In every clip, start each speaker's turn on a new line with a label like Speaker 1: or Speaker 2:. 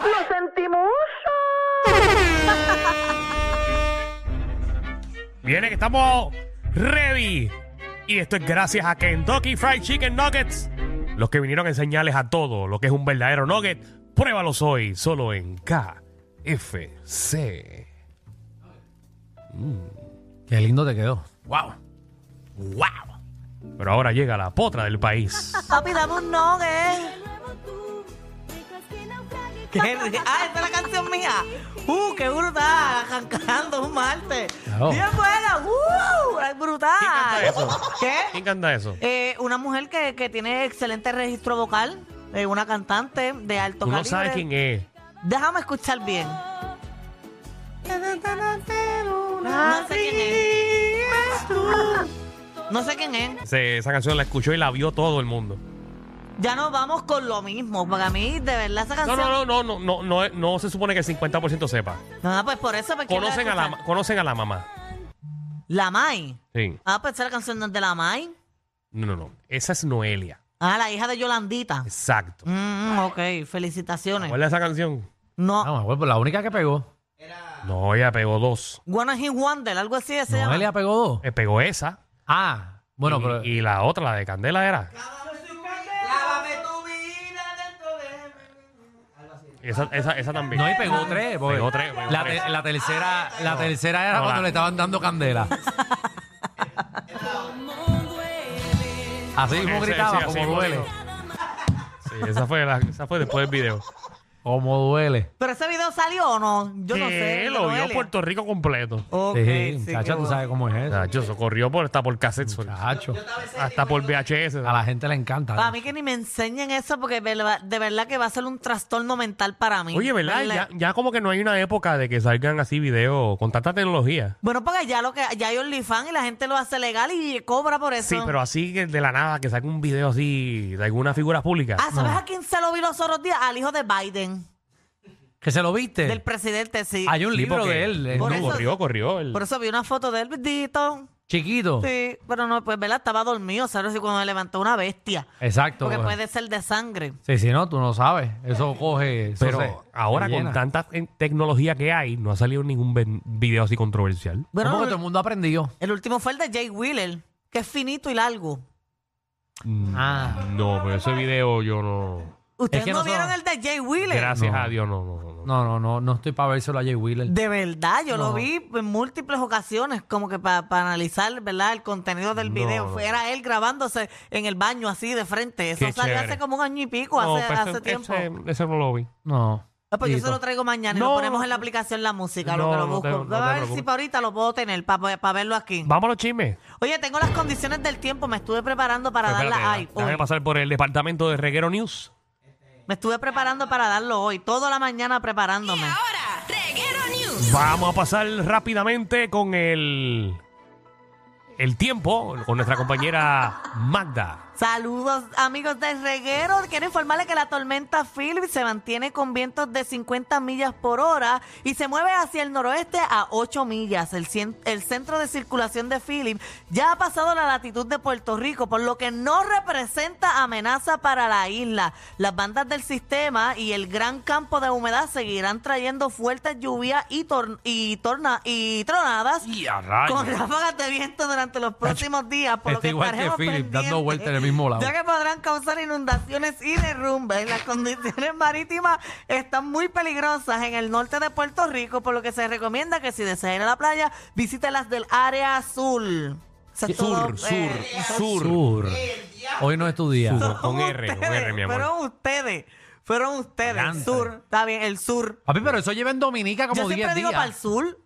Speaker 1: ¡Lo sentimos!
Speaker 2: Viene que estamos ready. Y esto es gracias a Kentucky Fried Chicken Nuggets. Los que vinieron a enseñarles a todo lo que es un verdadero nugget. Pruébalos hoy, solo en KFC.
Speaker 3: Qué lindo te quedó.
Speaker 2: Mm. ¡Wow! ¡Wow! Pero ahora llega la potra del país.
Speaker 4: Papi, dame un nugget. ¿Qué? Ah, esta es la canción mía. Uh, qué brutal. Arrancando un martes.
Speaker 3: Oh.
Speaker 4: Bien buena. Uh, es brutal.
Speaker 2: ¿Quién canta eso?
Speaker 4: ¿Qué?
Speaker 2: ¿Quién canta eso?
Speaker 4: Eh, una mujer que, que tiene excelente registro vocal. eh, una cantante de alto
Speaker 2: Tú no
Speaker 4: calibre.
Speaker 2: sabes quién es.
Speaker 4: Déjame escuchar bien. Ah, No sé quién es. No sé quién es.
Speaker 2: Se- esa canción la escuchó y la vio todo el mundo.
Speaker 4: Ya nos vamos con lo mismo. Para mí, de verdad, esa canción.
Speaker 2: No, no, no, no, no, no, no, no se supone que el 50% sepa.
Speaker 4: Ah, pues por eso. pues, ¿quién la
Speaker 2: Conocen a la,
Speaker 4: escucha?
Speaker 2: conocen a la mamá.
Speaker 4: La Mai.
Speaker 2: Sí.
Speaker 4: Ah, pues esa es la canción de la Mai.
Speaker 2: No, no, no. Esa es Noelia.
Speaker 4: Ah, la hija de Yolandita.
Speaker 2: Exacto.
Speaker 4: Mm, ok, felicitaciones.
Speaker 2: ¿Cuál es esa canción?
Speaker 4: No,
Speaker 3: Vamos, pues, la única que pegó.
Speaker 2: No, ella pegó dos.
Speaker 4: Wanna Hit Wonder, algo así se llama.
Speaker 3: Noelia pegó dos.
Speaker 2: Eh, pegó esa.
Speaker 3: Ah, bueno,
Speaker 2: y,
Speaker 3: pero.
Speaker 2: y la otra, la de Candela, era. Esa, esa, esa también.
Speaker 3: No, y pegó tres. porque
Speaker 2: Pegó tres, pegó
Speaker 3: la,
Speaker 2: tres. Ah,
Speaker 3: te- la tercera, la tercera era
Speaker 2: No,
Speaker 3: cuando
Speaker 2: la-
Speaker 3: le estaban dando candela. así mismo
Speaker 2: Ese-
Speaker 3: gritaba,
Speaker 2: sí, así
Speaker 3: como
Speaker 2: mismo
Speaker 3: duele.
Speaker 2: dijo. Sí, esa fue, la- esa fue después del video.
Speaker 3: Como duele.
Speaker 4: Pero ese video salió o no, yo no
Speaker 2: Que
Speaker 4: sé.
Speaker 2: Lo
Speaker 4: de
Speaker 2: vio
Speaker 4: Noelia.
Speaker 2: Puerto Rico completo.
Speaker 4: Ok,
Speaker 3: sí,
Speaker 4: sí,
Speaker 3: muchacha,
Speaker 4: qué
Speaker 3: tú
Speaker 4: bueno.
Speaker 3: sabes cómo es Oh, eso.
Speaker 2: Nacho, eso corrió por, hasta por cassette. solo.
Speaker 3: Muchacho.
Speaker 2: Hasta por VHS.
Speaker 3: A la gente le encanta.
Speaker 4: Para mí que ni me enseñen eso porque de verdad- de verdad que va a ser un trastorno mental para mí.
Speaker 2: Oye, ¿verdad? Ya, ya como que no hay una época de que salgan así videos con tanta tecnología.
Speaker 4: Bueno, porque ya lo que ya hay OnlyFans y la gente lo hace legal y cobra por eso.
Speaker 2: Sí, pero así que de la nada que salga un video así de alguna figura pública.
Speaker 4: Ah, ¿sabes a quién se lo vi los otros días? Al hijo de Biden,
Speaker 3: ¿Que se lo viste?
Speaker 4: del presidente, sí.
Speaker 3: Hay un
Speaker 2: Sí,
Speaker 3: libro
Speaker 2: porque-
Speaker 3: de él, el
Speaker 4: Por
Speaker 2: No,
Speaker 4: eso-
Speaker 2: corrió, corrió. el-
Speaker 4: Por eso vi una foto de él, bendito.
Speaker 2: Oh.
Speaker 3: chiquito.
Speaker 4: Sí, pero no, pues, ¿verdad? Estaba dormido, ¿sabes? Y cuando me levantó una bestia.
Speaker 3: Exacto.
Speaker 4: Porque
Speaker 3: pues.
Speaker 4: puede ser de sangre.
Speaker 3: Sí, sí, no, tú no sabes. Eso coge. eso
Speaker 2: Pero
Speaker 3: se-
Speaker 2: ahora
Speaker 3: se
Speaker 2: con
Speaker 3: llena.
Speaker 2: tanta eh, tecnología que hay, no ha salido ningún ven- video así controversial.
Speaker 3: Es
Speaker 4: Bueno,
Speaker 3: porque todo el mundo aprendió.
Speaker 4: el último fue el de Jay Wheeler, que es finito y largo.
Speaker 3: Ah.
Speaker 2: Mm, No, pero ese video yo no.
Speaker 4: ¿Ustedes
Speaker 3: Es que
Speaker 4: no
Speaker 3: nosotros-
Speaker 4: vieron el de Jay Wheeler?
Speaker 2: Gracias
Speaker 3: No.
Speaker 2: a Dios, no, no, no.
Speaker 3: No, no, no, no estoy para vérselo a Jay Wheeler.
Speaker 4: De verdad, yo lo vi en múltiples ocasiones, como que para analizar, ¿verdad? El contenido del video. Fue- Era él grabándose en el baño así de frente. Eso
Speaker 2: Qué
Speaker 4: salió
Speaker 2: chévere.
Speaker 4: hace como un año y pico,
Speaker 2: No,
Speaker 4: hace,
Speaker 2: pues
Speaker 4: hace
Speaker 2: ese-
Speaker 4: tiempo.
Speaker 2: Ese, ese no lo vi.
Speaker 3: No.
Speaker 4: Ah, pues yo se
Speaker 3: Tito.
Speaker 4: lo traigo mañana y
Speaker 2: No.
Speaker 4: lo ponemos en la aplicación la música, lo
Speaker 2: No,
Speaker 4: que lo
Speaker 2: no
Speaker 4: busco.
Speaker 2: te- no
Speaker 4: Voy
Speaker 2: te
Speaker 4: a ver si
Speaker 2: preocupes.
Speaker 4: para ahorita lo puedo tener, para verlo aquí.
Speaker 2: Vamos a los chismes.
Speaker 4: Oye, tengo las condiciones del tiempo, me estuve preparando para
Speaker 2: Espérate,
Speaker 4: darlas
Speaker 2: da-
Speaker 4: ahí.
Speaker 2: déjame pasar por el departamento de Reguero News.
Speaker 4: Me estuve preparando para darlo hoy, toda la mañana preparándome.
Speaker 2: Vamos a pasar rápidamente con el. El tiempo con nuestra compañera Magda.
Speaker 4: Saludos amigos del reguero. Quiero informarles que la tormenta Philip se mantiene con vientos de 50 millas por hora y se mueve hacia el noroeste a 8 millas. El, cien- el centro de circulación de Philip ya ha pasado la latitud de Puerto Rico, por lo que no representa amenaza para la isla. Las bandas del sistema y el gran campo de humedad seguirán trayendo fuertes lluvias y, tor- y, torna- y tronadas
Speaker 2: Y a rayos.
Speaker 4: con ráfagas de viento durante los próximos días, por lo
Speaker 3: Está
Speaker 4: que
Speaker 3: igual que
Speaker 4: estaremos
Speaker 3: Philip, dando
Speaker 4: pendientes
Speaker 3: vueltas en el mismo lado.
Speaker 4: ya que podrán causar inundaciones y derrumbes. Las condiciones marítimas están muy peligrosas en el norte de Puerto Rico, por lo que se recomienda que si desea ir a la playa, visite las del área azul. O sea, todo,
Speaker 2: Sur, sur,
Speaker 4: eh,
Speaker 2: sur.
Speaker 3: Sur. Hoy no es tu día.
Speaker 2: Sur. Con
Speaker 4: fueron
Speaker 2: R, con
Speaker 4: ustedes,
Speaker 2: R, mi amor.
Speaker 4: Fueron ustedes. Fueron ustedes.
Speaker 3: Adelante.
Speaker 4: El sur. Está bien, el sur.
Speaker 3: Papi, pero eso lleva en Dominica como
Speaker 4: Yo
Speaker 3: 10
Speaker 4: siempre digo
Speaker 3: días.
Speaker 4: para el sur.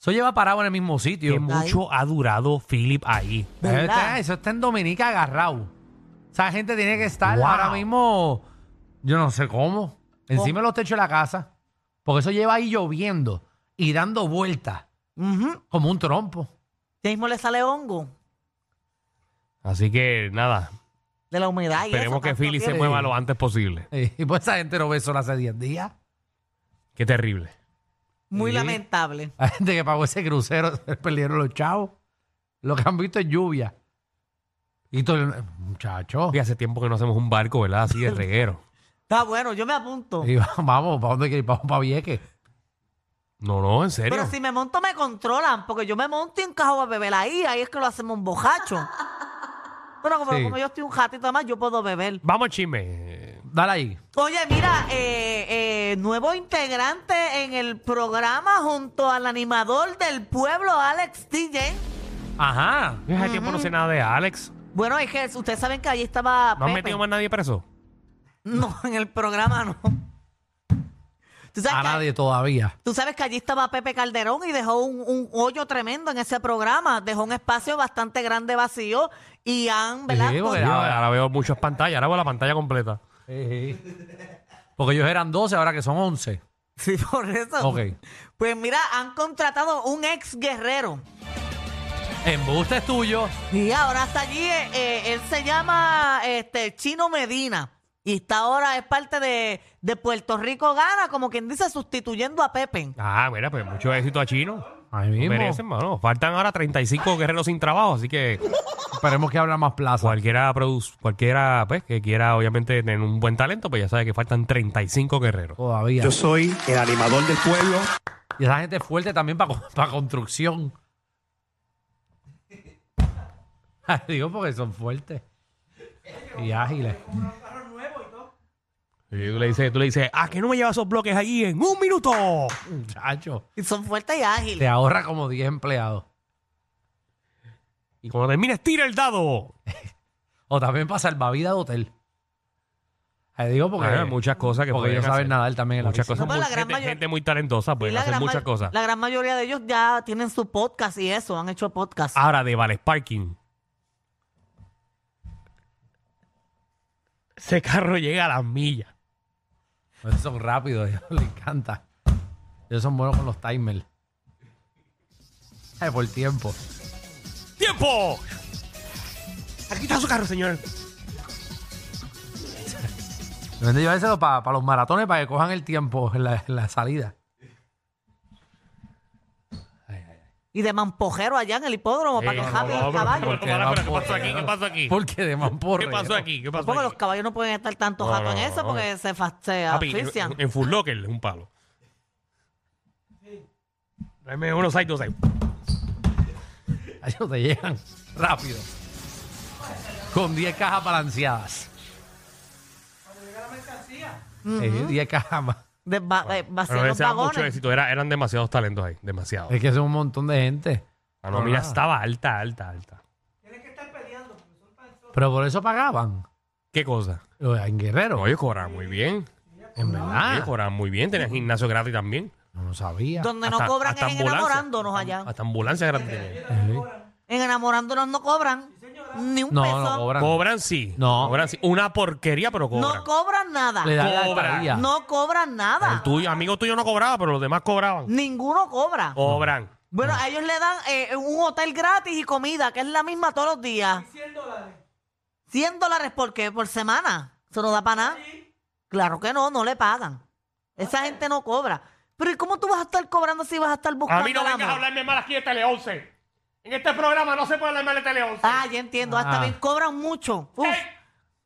Speaker 3: Eso lleva parado en el mismo sitio.
Speaker 2: Que mucho ha durado Philip ahí.
Speaker 3: Eso
Speaker 4: ¿Verdad?
Speaker 3: está, eso está en Dominica agarrado. O sea, gente tiene que estar
Speaker 2: Wow.
Speaker 3: ahora mismo, yo no sé cómo,
Speaker 4: Oh.
Speaker 3: encima de los techos de la casa. Porque eso lleva ahí lloviendo y dando vueltas
Speaker 4: Ujú.
Speaker 3: como un trompo.
Speaker 4: Ya mismo le sale hongo
Speaker 2: Así que nada,
Speaker 4: de la humedad. y
Speaker 2: esperemos
Speaker 4: eso,
Speaker 2: que
Speaker 4: tanto
Speaker 2: Philly se
Speaker 4: tiempo.
Speaker 2: mueva lo antes posible.
Speaker 3: Eh, Y pues esa gente no ve sol hace 10 días.
Speaker 2: Qué terrible.
Speaker 4: Muy
Speaker 3: Sí.
Speaker 4: lamentable.
Speaker 3: La gente que pagó ese crucero se perdieron los chavos. Lo que han visto es lluvia. Y todo el- muchacho.
Speaker 2: Y hace tiempo que no hacemos un barco, ¿verdad? Así de reguero.
Speaker 4: Está bueno, yo me apunto.
Speaker 3: Y va- vamos, ¿para dónde quieres? Vamos para Vieques.
Speaker 2: No, no, en serio.
Speaker 4: Pero si me monto me controlan, porque yo me monto y encajo a beber ahí, ahí es que lo hacemos un bojacho. Bueno, como,
Speaker 3: Sí.
Speaker 4: como yo estoy un jatito más, yo puedo beber.
Speaker 2: Vamos, al chisme.
Speaker 3: Dale ahí.
Speaker 4: Oye, mira, eh, eh, nuevo integrante en el programa junto al animador del pueblo, Alex DJ.
Speaker 3: Ajá.
Speaker 2: Yo hace tiempo no sé nada de Alex.
Speaker 4: Bueno, es que ustedes saben que allí estaba
Speaker 2: ¿No han
Speaker 4: Pepe.
Speaker 2: metido más nadie preso?
Speaker 4: No, en el programa no. ¿Tú sabes,
Speaker 3: A
Speaker 4: que,
Speaker 3: nadie todavía.
Speaker 4: tú sabes que allí estaba Pepe Calderón y dejó un, un hoyo tremendo en ese programa. Dejó un espacio bastante grande vacío y han, ¿verdad?
Speaker 3: Sí, porque
Speaker 2: Yo
Speaker 4: Con-
Speaker 3: ahora-
Speaker 2: ahora veo muchas pantallas, ahora veo la pantalla completa.
Speaker 3: Porque ellos eran 12, ahora que son 11.
Speaker 4: Sí, por eso.
Speaker 3: Ok.
Speaker 4: Pues mira, han contratado un ex guerrero.
Speaker 3: Embuste es tuyo.
Speaker 4: Y ahora está allí, eh, eh, él se llama este Chino Medina. Y está ahora, es parte de, de Puerto Rico Gana, como quien dice, sustituyendo a Pepe.
Speaker 2: Ah, mira, pues mucho éxito a Chino.
Speaker 3: Ahí
Speaker 2: No
Speaker 3: mismo.
Speaker 2: merecen, mano. Faltan ahora 35 guerreros sin trabajo, así que
Speaker 3: Esperemos que abra más plaza.
Speaker 2: cualquiera, produ- cualquiera pues, que quiera obviamente tener un buen talento, pues ya sabe que faltan 35 guerreros.
Speaker 3: Todavía.
Speaker 5: Yo soy el animador del pueblo.
Speaker 3: Y esa gente es fuerte también para construcción. Ay, Digo, porque son fuertes. Y ágiles.
Speaker 2: Y tú le dices, tú le dices, ah, que no me llevas esos bloques ahí en un minuto.
Speaker 3: Muchacho.
Speaker 4: Y son fuertes y ágiles.
Speaker 3: Te ahorra como 10 empleados.
Speaker 2: Y cuando termines, tira el dado.
Speaker 3: O también para salvavidas de hotel. Ay, digo porque,
Speaker 2: Ah, muchas cosas que
Speaker 3: porque ellos
Speaker 2: pueden
Speaker 3: saben
Speaker 2: hacer.
Speaker 3: nadar también en la
Speaker 2: Muchas
Speaker 3: piscina.
Speaker 2: cosas.
Speaker 4: No, pero la
Speaker 2: Mucha
Speaker 4: gran
Speaker 2: gente,
Speaker 4: mayor-
Speaker 2: gente muy talentosa,
Speaker 4: Y
Speaker 2: pueden
Speaker 4: la
Speaker 2: hacer
Speaker 4: gran
Speaker 2: muchas
Speaker 4: ma-
Speaker 2: cosas.
Speaker 4: La gran mayoría de ellos ya tienen su podcast y eso, han hecho podcast.
Speaker 2: Ahora de Vales Parking. Ese carro llega a las millas.
Speaker 3: Ellos son rápidos, a ellos les encanta. Ellos son buenos con los timers. Ay, por tiempo.
Speaker 2: ¡Tiempo! Aquí está su carro, señor.
Speaker 3: Deben de llevárselo para los maratones para que cojan el tiempo en la, en la salida.
Speaker 4: Y de mampojero allá en el hipódromo para que jaben los caballos.
Speaker 3: porque va
Speaker 2: ¿Qué
Speaker 3: por-
Speaker 2: pasó aquí? ¿Qué pasó aquí?
Speaker 3: Porque de mamporre.
Speaker 2: ¿Qué pasó aquí? ¿Qué pasó
Speaker 4: Porque los
Speaker 2: aquí?
Speaker 4: caballos no pueden estar tanto
Speaker 2: No,
Speaker 4: rato en
Speaker 2: no,
Speaker 4: eso
Speaker 2: no, Ah,
Speaker 4: porque se, fa- se
Speaker 2: Papi,
Speaker 4: asfixian.
Speaker 2: en, en Full Locker es un palo. Dame uno, seis, dos, seis.
Speaker 3: Ellos te llegan rápido. Con 10 cajas balanceadas. Cuando llega la mercancía. 10 cajas más.
Speaker 4: De va- eh, vaciar
Speaker 2: Pero
Speaker 4: los
Speaker 2: ese era mucho
Speaker 4: vagones.
Speaker 2: éxito. Era, eran demasiados talentos ahí. Demasiados.
Speaker 3: Es que son un montón de gente.
Speaker 2: Ah, no, mira,
Speaker 3: nada.
Speaker 2: estaba alta, alta, alta.
Speaker 3: Pero por eso pagaban.
Speaker 2: ¿Qué cosa?
Speaker 3: Lo de- En Guerrero.
Speaker 2: No, ellos cobraban muy bien.
Speaker 3: en
Speaker 2: Ellos
Speaker 3: verdad.
Speaker 2: cobraban muy bien. Tenían gimnasio gratis también.
Speaker 3: No lo sabía.
Speaker 4: Donde
Speaker 2: Hasta-
Speaker 4: no cobran
Speaker 2: hasta
Speaker 4: es en
Speaker 2: ambulancia.
Speaker 4: enamorándonos allá.
Speaker 2: Hasta ambulancia gratis tenían.
Speaker 4: En enamorándonos no cobran ni un
Speaker 3: No,
Speaker 4: peso.
Speaker 3: no cobran.
Speaker 2: Cobran sí.
Speaker 3: No.
Speaker 2: Cobran sí. Una porquería, pero cobran.
Speaker 4: No cobran nada.
Speaker 3: Le dan la
Speaker 2: Cobran.
Speaker 3: estadía.
Speaker 4: No cobran
Speaker 2: El
Speaker 4: nada.
Speaker 2: tuyo, amigo tuyo no cobraba, pero los demás cobraban.
Speaker 4: Ninguno cobra.
Speaker 2: Cobran.
Speaker 4: Bueno,
Speaker 3: Ah.
Speaker 4: a ellos le dan eh, un hotel gratis y comida, que es la misma todos los días. 100 dólares. 100 dólares por qué? Por semana. ¿Se nos da para nada? Claro que no, no le pagan. Esa gente no cobra. Pero ¿y cómo tú vas a estar cobrando si vas a estar buscando
Speaker 2: A mí no
Speaker 4: el
Speaker 2: vengas a
Speaker 4: amor?
Speaker 2: hablarme mal aquí de Tele 11. En este programa no se puede hablar mal de Tele 11.
Speaker 4: Ah, ya entiendo. Hasta
Speaker 3: Ah.
Speaker 4: bien cobran mucho. Uf,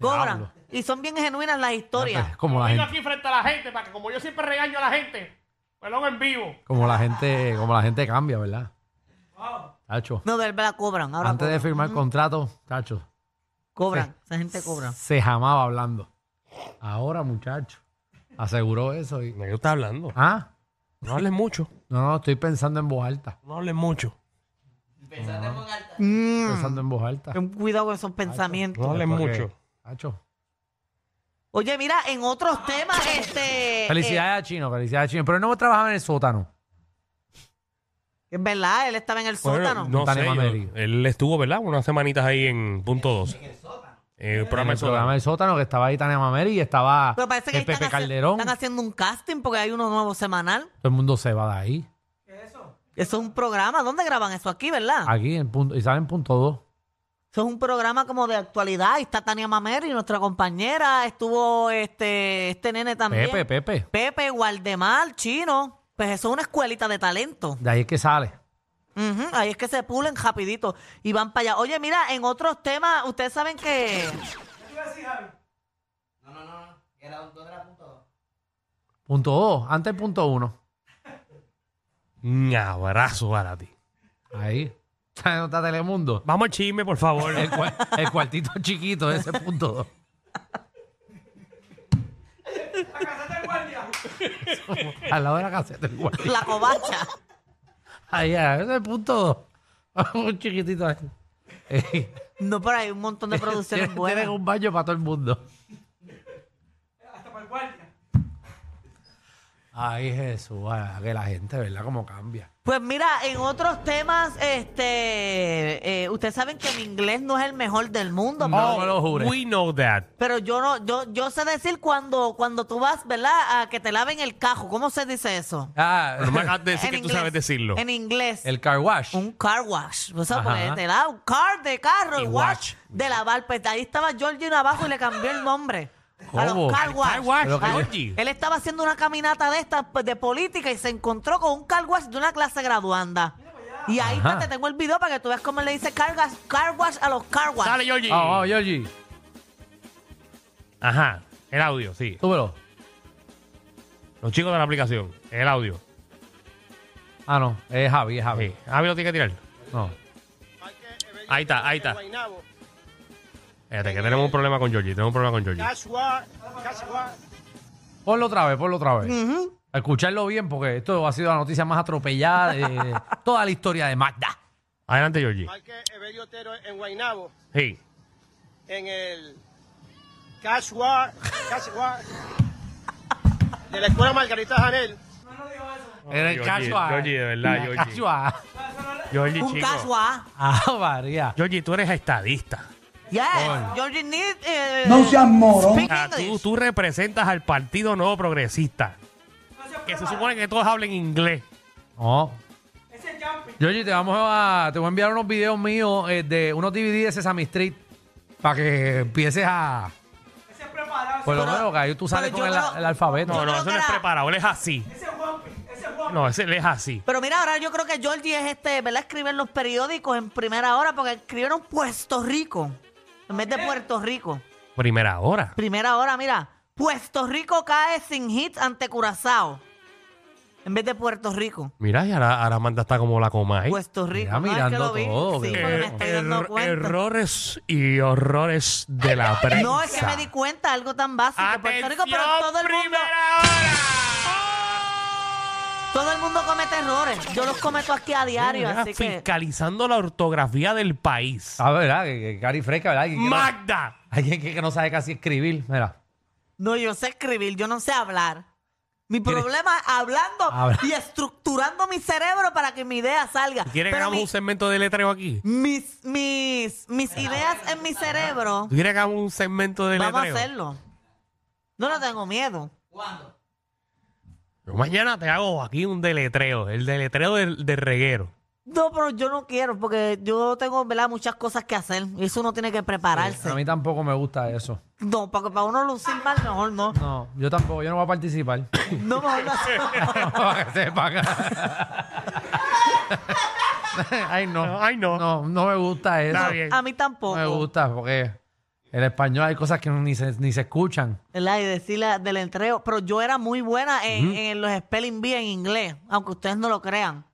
Speaker 4: cobran.
Speaker 3: Diablo. pues.
Speaker 4: Y son bien genuinas las historias.
Speaker 3: Es Como la
Speaker 2: Vengo
Speaker 3: gente.
Speaker 2: aquí frente a la gente, para que como yo siempre regaño a la gente, pues lo hago en vivo.
Speaker 3: Como la gente, como la gente cambia, ¿verdad? Tacho.
Speaker 4: No, de verdad cobran. Ahora
Speaker 3: antes de
Speaker 4: cobran.
Speaker 3: firmar contrato, tacho.
Speaker 4: Cobran, esa gente cobra.
Speaker 3: Se jamaba hablando. Ahora, muchacho, aseguró eso. Y,
Speaker 2: ¿De qué estás hablando?
Speaker 3: ah,
Speaker 2: No hables mucho.
Speaker 3: no, no, estoy pensando en voz alta.
Speaker 2: No hables mucho.
Speaker 4: Mm.
Speaker 3: Pensando en voz alta.
Speaker 4: Ten cuidado con esos
Speaker 2: No
Speaker 4: pensamientos.
Speaker 2: hables
Speaker 3: Porque,
Speaker 2: mucho.
Speaker 3: Hacho.
Speaker 4: Oye, mira, en otros temas, este. eh,
Speaker 3: Felicidades a Chino, felicidades a Chino. Pero él no trabajaba en el sótano.
Speaker 4: es verdad, él estaba en el sótano.
Speaker 2: Bueno, no
Speaker 3: Sótano
Speaker 2: sé,
Speaker 3: de
Speaker 2: yo-
Speaker 3: Mameri.
Speaker 2: él estuvo, ¿verdad? Unas semanitas ahí en punto 2. En el programa
Speaker 3: en
Speaker 2: del
Speaker 3: el programa
Speaker 2: sótano.
Speaker 3: del sótano que estaba ahí Tania Mameri y estaba
Speaker 4: Pero parece que
Speaker 3: el
Speaker 4: están,
Speaker 3: Pepe
Speaker 4: haci-
Speaker 3: Calderón.
Speaker 4: están haciendo un casting porque hay uno nuevo semanal.
Speaker 3: Todo el mundo se va de ahí.
Speaker 4: Eso es un programa. ¿Dónde graban eso? Aquí, ¿verdad?
Speaker 3: Aquí, en punto, y sale en punto dos.
Speaker 4: Eso es un programa como de actualidad. Ahí está Tania Mameri, nuestra compañera. Estuvo este, este nene también.
Speaker 3: Pepe, Pepe.
Speaker 4: Pepe, Guardemar, Chino. Pues eso es una escuelita de talento.
Speaker 3: De ahí es que sale.
Speaker 4: Ujú, Ahí es que se pulen rapidito y van para allá. Oye, mira, en otros temas, ustedes saben que...
Speaker 3: Punto dos, antes del punto uno.
Speaker 2: Un abrazo para ti.
Speaker 3: Ahí. ¿Sabes dónde está Telemundo?
Speaker 2: Vamos al chisme, por favor.
Speaker 3: El, cua- el cuartito chiquito, ese punto dos. Al lado de la caseta del guardia.
Speaker 4: La cobacha.
Speaker 3: Ahí, ahí, ese es el punto dos. Un chiquitito ahí. Eh,
Speaker 4: No, pero hay un montón de producciones
Speaker 3: tienen- tienen
Speaker 4: buenas.
Speaker 3: un baño para todo el mundo. Hasta para el guardia. Ay, Jesús, ah, que la gente, ¿verdad? Cómo cambia.
Speaker 4: Pues mira, en otros temas, este, eh, ustedes saben que mi inglés no es el mejor del mundo.
Speaker 3: No
Speaker 4: pero-
Speaker 3: me lo jures.
Speaker 2: We know that.
Speaker 4: Pero yo no, yo, yo sé decir cuando, cuando tú vas, ¿verdad? A que te laven el cajo. ¿Cómo se dice eso?
Speaker 3: Ah,
Speaker 2: No me acabas de decir
Speaker 4: En
Speaker 2: que tú
Speaker 4: inglés.
Speaker 2: sabes decirlo.
Speaker 4: En inglés.
Speaker 3: el car wash.
Speaker 4: Un car wash. O sea,
Speaker 3: Ajá.
Speaker 4: porque te da un car de carro,
Speaker 3: Y
Speaker 4: el wash
Speaker 3: wash.
Speaker 4: de lavar. Pues ahí estaba Georgina abajo y le cambió el nombre. A los
Speaker 3: ¿Cómo?
Speaker 4: car wash.
Speaker 2: Car wash,
Speaker 3: Pero que yo-
Speaker 2: Georgie.
Speaker 4: Él estaba haciendo una caminata de estas pues, de política y se encontró con un car wash de una clase graduanda. Y ahí está,
Speaker 3: Ajá.
Speaker 4: te tengo el video para que tú veas cómo él le dice car wash, car wash a los car wash.
Speaker 2: Dale, Georgie.
Speaker 3: Oh, oh, Georgie,
Speaker 2: Ajá. El audio, sí.
Speaker 3: súbelo.
Speaker 2: Los chicos de la aplicación. El audio.
Speaker 3: Ah, no, es Javi, es Javi.
Speaker 2: Sí. Javi lo tiene que tirar.
Speaker 3: No.
Speaker 2: Ahí está, ahí está. Espérate, que tenemos un problema con Georgie. Tenemos un problema con Georgie.
Speaker 3: Ponlo otra vez, ponlo otra vez. A Escucharlo bien, porque esto ha sido la noticia más atropellada de toda la historia de Magda.
Speaker 2: Adelante, Georgie.
Speaker 6: Parque Evelio Otero en Guaynabo,
Speaker 2: Sí.
Speaker 6: en el Cashwar, Cashwar, de la escuela Margarita Janel.
Speaker 3: Era el
Speaker 2: Georgie,
Speaker 3: caso A.
Speaker 2: Georgie, de verdad,
Speaker 3: Era el
Speaker 2: Georgie.
Speaker 3: caso A.
Speaker 2: Georgie,
Speaker 4: un
Speaker 2: chico.
Speaker 4: caso ah.
Speaker 3: Ah, María.
Speaker 2: Georgie, tú eres estadista.
Speaker 4: Yes.
Speaker 3: Coño.
Speaker 4: Georgie need, eh,
Speaker 5: No seas morón.
Speaker 4: speak
Speaker 2: Ah, tú,
Speaker 4: English.
Speaker 2: tú representas al Partido Nuevo Progresista. Que se supone que todos hablen inglés.
Speaker 3: No. Georgie, te vamos a, te voy a enviar unos videos míos eh, de unos DVD de Sesame Street para que empieces a. Por lo
Speaker 4: Pero-
Speaker 3: menos que ahí tú sales
Speaker 4: pero
Speaker 3: con el,
Speaker 4: yo creo-
Speaker 3: el alfabeto.
Speaker 2: No,
Speaker 4: Yo
Speaker 2: no,
Speaker 4: creo
Speaker 2: eso
Speaker 4: que
Speaker 2: no es
Speaker 4: la-
Speaker 2: preparado. Él es así. No, ese- él es así.
Speaker 4: Pero mira, ahora yo creo que Georgie es este, ¿verdad? Escribe en los periódicos en primera hora porque escribieron Puerto Rico en vez de Puerto Rico.
Speaker 2: Primera hora.
Speaker 4: Primera hora, mira. Puerto Rico cae sin hits ante Curazao en vez de Puerto Rico.
Speaker 2: Mira, y ahora, ahora Amanda está como la coma ahí.
Speaker 4: Puerto Rico. no,
Speaker 3: mira,
Speaker 4: es que
Speaker 3: mirando
Speaker 4: lo vi.
Speaker 3: todo,
Speaker 4: Sí, porque
Speaker 3: qué
Speaker 4: me
Speaker 3: bueno.
Speaker 4: estoy dando
Speaker 2: Er-
Speaker 4: cuenta.
Speaker 2: errores y horrores de la prensa.
Speaker 4: No, es que me di cuenta algo tan básico. Puerto Rico, pero todo el mundo, Oh.
Speaker 2: primera hora.
Speaker 4: todo el mundo comete errores. Yo los cometo aquí a diario,
Speaker 2: Mira,
Speaker 4: así que.
Speaker 2: fiscalizando la ortografía del país.
Speaker 3: Ah, ¿verdad? Que, que Cari Fresca, ¿verdad? Alguien que, no,
Speaker 2: Magda.
Speaker 3: alguien que- que no sabe casi escribir. Mira.
Speaker 4: No, yo sé escribir, yo no sé hablar. Mi
Speaker 3: ¿Quieres-
Speaker 4: problema es hablando
Speaker 3: Habla.
Speaker 4: y estructurando mi cerebro para que mi idea salga.
Speaker 2: ¿Quieres que
Speaker 4: Pero
Speaker 2: hagamos
Speaker 4: mi-
Speaker 2: un segmento de letreo aquí?
Speaker 4: mis, mis, mis ideas en mi cerebro,
Speaker 2: ¿Tú quieres que hagamos un segmento de
Speaker 4: vamos a
Speaker 2: letreo?
Speaker 4: hacerlo. No no tengo miedo.
Speaker 2: Yo mañana te hago aquí un deletreo, el deletreo del, del reguero.
Speaker 4: No, pero yo no quiero porque yo tengo ¿verdad? muchas cosas que hacer y eso uno tiene que prepararse.
Speaker 3: A mí tampoco me gusta eso.
Speaker 4: No, para, para uno lucir mal, mejor no.
Speaker 3: No, yo tampoco, yo no voy a participar.
Speaker 4: No, mejor no hacerlo.
Speaker 3: Para que sepa. Ay, no.
Speaker 2: Ay, no.
Speaker 3: No, no me gusta eso.
Speaker 2: Está bien.
Speaker 4: A mí tampoco.
Speaker 3: No
Speaker 2: Oh.
Speaker 3: me gusta porque el español hay cosas que ni se, ni se escuchan.
Speaker 4: ¿verdad? Y decirle del entrego. Pero yo era muy buena en, en los spelling bee en inglés, aunque ustedes no lo crean.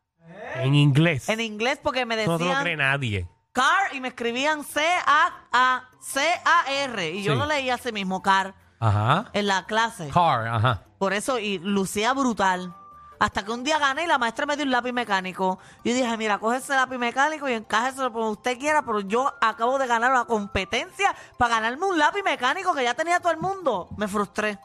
Speaker 2: En inglés.
Speaker 4: En inglés porque me
Speaker 2: Eso no te lo
Speaker 4: decían...
Speaker 2: cree nadie.
Speaker 4: Car y me escribían C-A-A-C-A-R. Y yo
Speaker 3: Sí.
Speaker 4: lo leía así mismo, Car,
Speaker 3: Ajá.
Speaker 4: en la clase.
Speaker 3: Car, ajá.
Speaker 4: Por eso, y lucía brutal. Hasta que un día gané y la maestra me dio un lápiz mecánico. Yo dije, mira, coge ese lápiz mecánico y encájeselo como usted quiera, pero yo acabo de ganar una competencia para ganarme un lápiz mecánico que ya tenía todo el mundo. Me frustré.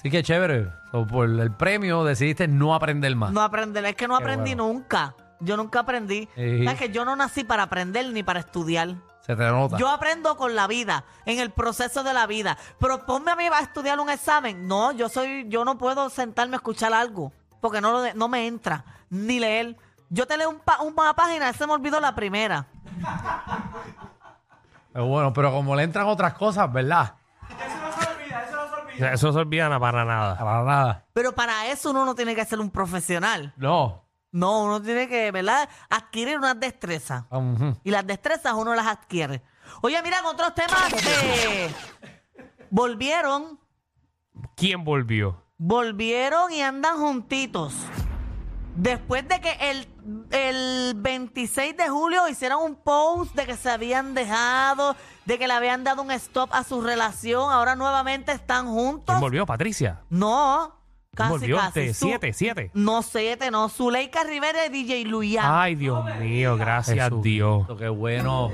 Speaker 3: Sí que chévere. So, por el premio decidiste no aprender más.
Speaker 4: No aprender, es que no
Speaker 3: Ah. Qué
Speaker 4: aprendí nunca. Yo nunca aprendí.
Speaker 3: Sí.
Speaker 4: Es que yo no nací para aprender ni para estudiar.
Speaker 3: Se te nota.
Speaker 4: Yo aprendo con la vida, en el proceso de la vida. Pero ponme a mí a estudiar un examen. No, yo soy, yo no puedo sentarme a escuchar algo, porque no, lo de- no me entra, ni leer. Yo te leo un pa- una página, se me olvidó la primera.
Speaker 3: Eh, Bueno, pero como le entran otras cosas, ¿verdad?
Speaker 2: Eso no se olvida para nada.
Speaker 3: Para nada.
Speaker 4: Pero para eso uno no tiene que ser un profesional.
Speaker 3: No.
Speaker 4: No, uno tiene que, ¿verdad? Adquirir unas destrezas.
Speaker 3: Ujú.
Speaker 4: Y las destrezas uno las adquiere. Oye, mira, en otros temas eh, volvieron,
Speaker 2: ¿Quién volvió?
Speaker 4: volvieron y andan juntitos. Después de que el, el 26 de julio hicieron un post de que se habían dejado, de que le habían dado un stop a su relación, ahora nuevamente están juntos.
Speaker 2: ¿Quién volvió? Patricia.
Speaker 4: No,
Speaker 2: ¿Quién
Speaker 4: casi,
Speaker 2: volvió?
Speaker 4: casi.
Speaker 2: Te-
Speaker 4: Su-
Speaker 2: siete, siete.
Speaker 4: No, siete, no. Zuleika Rivera y DJ Luyan.
Speaker 2: Ay, Dios mío, gracias a Dios.
Speaker 3: Jesucristo, Qué bueno.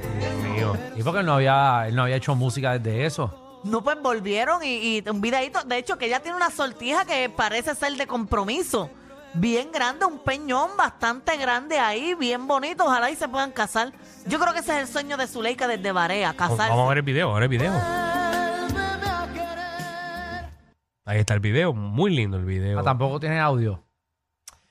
Speaker 3: Y porque él no había, él no había hecho música desde eso.
Speaker 4: No, pues volvieron y, y un videito. De hecho, que ella tiene una sortija que parece ser de compromiso. Bien grande, un peñón bastante grande ahí, bien bonito. Ojalá y se puedan casar. Yo creo que ese es el sueño de Zuleika desde Barea, casarse.
Speaker 2: Vamos a ver el video, ahora el video. Ahí está el video, muy lindo el video.
Speaker 3: Ah, tampoco tiene audio.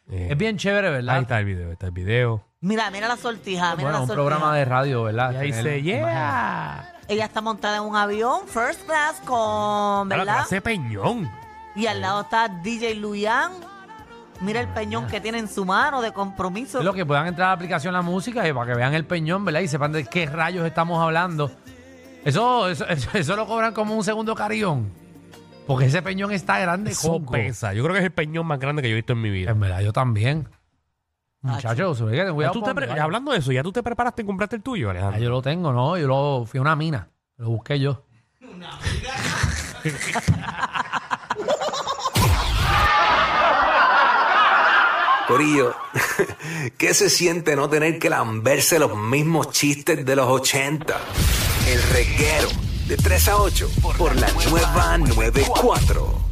Speaker 2: Eh,
Speaker 3: Es bien chévere, ¿verdad?
Speaker 2: Ahí está el video, ahí está el video.
Speaker 4: Mira, mira la sortija, mira
Speaker 3: bueno,
Speaker 4: la
Speaker 3: un
Speaker 4: sortija.
Speaker 3: programa de radio, ¿verdad?
Speaker 2: Y ahí
Speaker 3: Tener
Speaker 2: se
Speaker 3: imágenes.
Speaker 2: llega.
Speaker 4: Ella está montada en un avión, first class con,
Speaker 2: Ahora
Speaker 4: ¿verdad?
Speaker 2: hace peñón.
Speaker 4: Y al lado está DJ Luyan. Mira el peñón que tiene en su mano de compromiso.
Speaker 3: Es lo que puedan entrar a la aplicación la música y para que vean el peñón, ¿verdad? Y sepan de qué rayos estamos hablando. Eso, eso, eso, eso lo cobran como un segundo carillón. Porque ese peñón está grande,
Speaker 2: Eso
Speaker 3: coco.
Speaker 2: pesa. Yo creo que es el peñón más grande que yo he visto en mi vida.
Speaker 3: En verdad, yo también. Muchachos, oye, ten
Speaker 2: Ya
Speaker 3: cuidado
Speaker 2: tú te
Speaker 3: con-
Speaker 2: pre-
Speaker 3: ya-
Speaker 2: hablando de eso, ¿ya tú te preparaste y compraste el tuyo,
Speaker 3: ya
Speaker 2: Alejandro?
Speaker 3: yo lo tengo, ¿no? Yo lo fui a una mina. Lo busqué yo.
Speaker 7: Corillo, ¿qué se siente no tener que lamberse los mismos chistes de los 80? El reguero de 3 a 8 por la nueva 94.